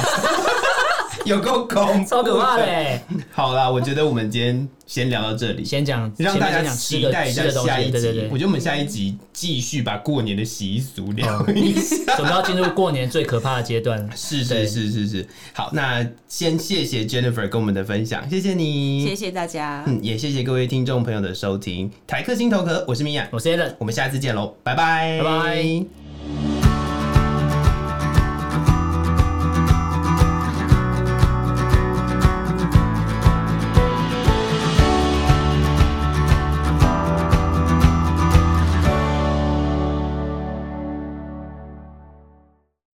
[SPEAKER 3] 有够恐怖，
[SPEAKER 2] 超可怕的。欸。
[SPEAKER 3] 好啦，我觉得我们今天先聊到这里，
[SPEAKER 2] 先讲，
[SPEAKER 3] 让大
[SPEAKER 2] 前面
[SPEAKER 3] 家
[SPEAKER 2] 先讲吃
[SPEAKER 3] 期
[SPEAKER 2] 的
[SPEAKER 3] 待一
[SPEAKER 2] 吃
[SPEAKER 3] 下
[SPEAKER 2] 的东
[SPEAKER 3] 下一
[SPEAKER 2] 西，
[SPEAKER 3] 集。
[SPEAKER 2] 对对对
[SPEAKER 3] 我，觉得我们下一集继续把过年的习俗聊一下。
[SPEAKER 2] 准备要进入过年最可怕的阶段了。
[SPEAKER 3] 哦 是是
[SPEAKER 2] 对
[SPEAKER 3] 是是是，好，那先谢谢 Jennifer 跟我们的分享，谢谢你，
[SPEAKER 1] 谢谢大家，
[SPEAKER 3] 嗯，也谢谢各位听众朋友的收听，台客心头壳，我是米娅，
[SPEAKER 2] 我是 a l a n
[SPEAKER 3] 我们下次见喽，拜拜，
[SPEAKER 2] 拜拜。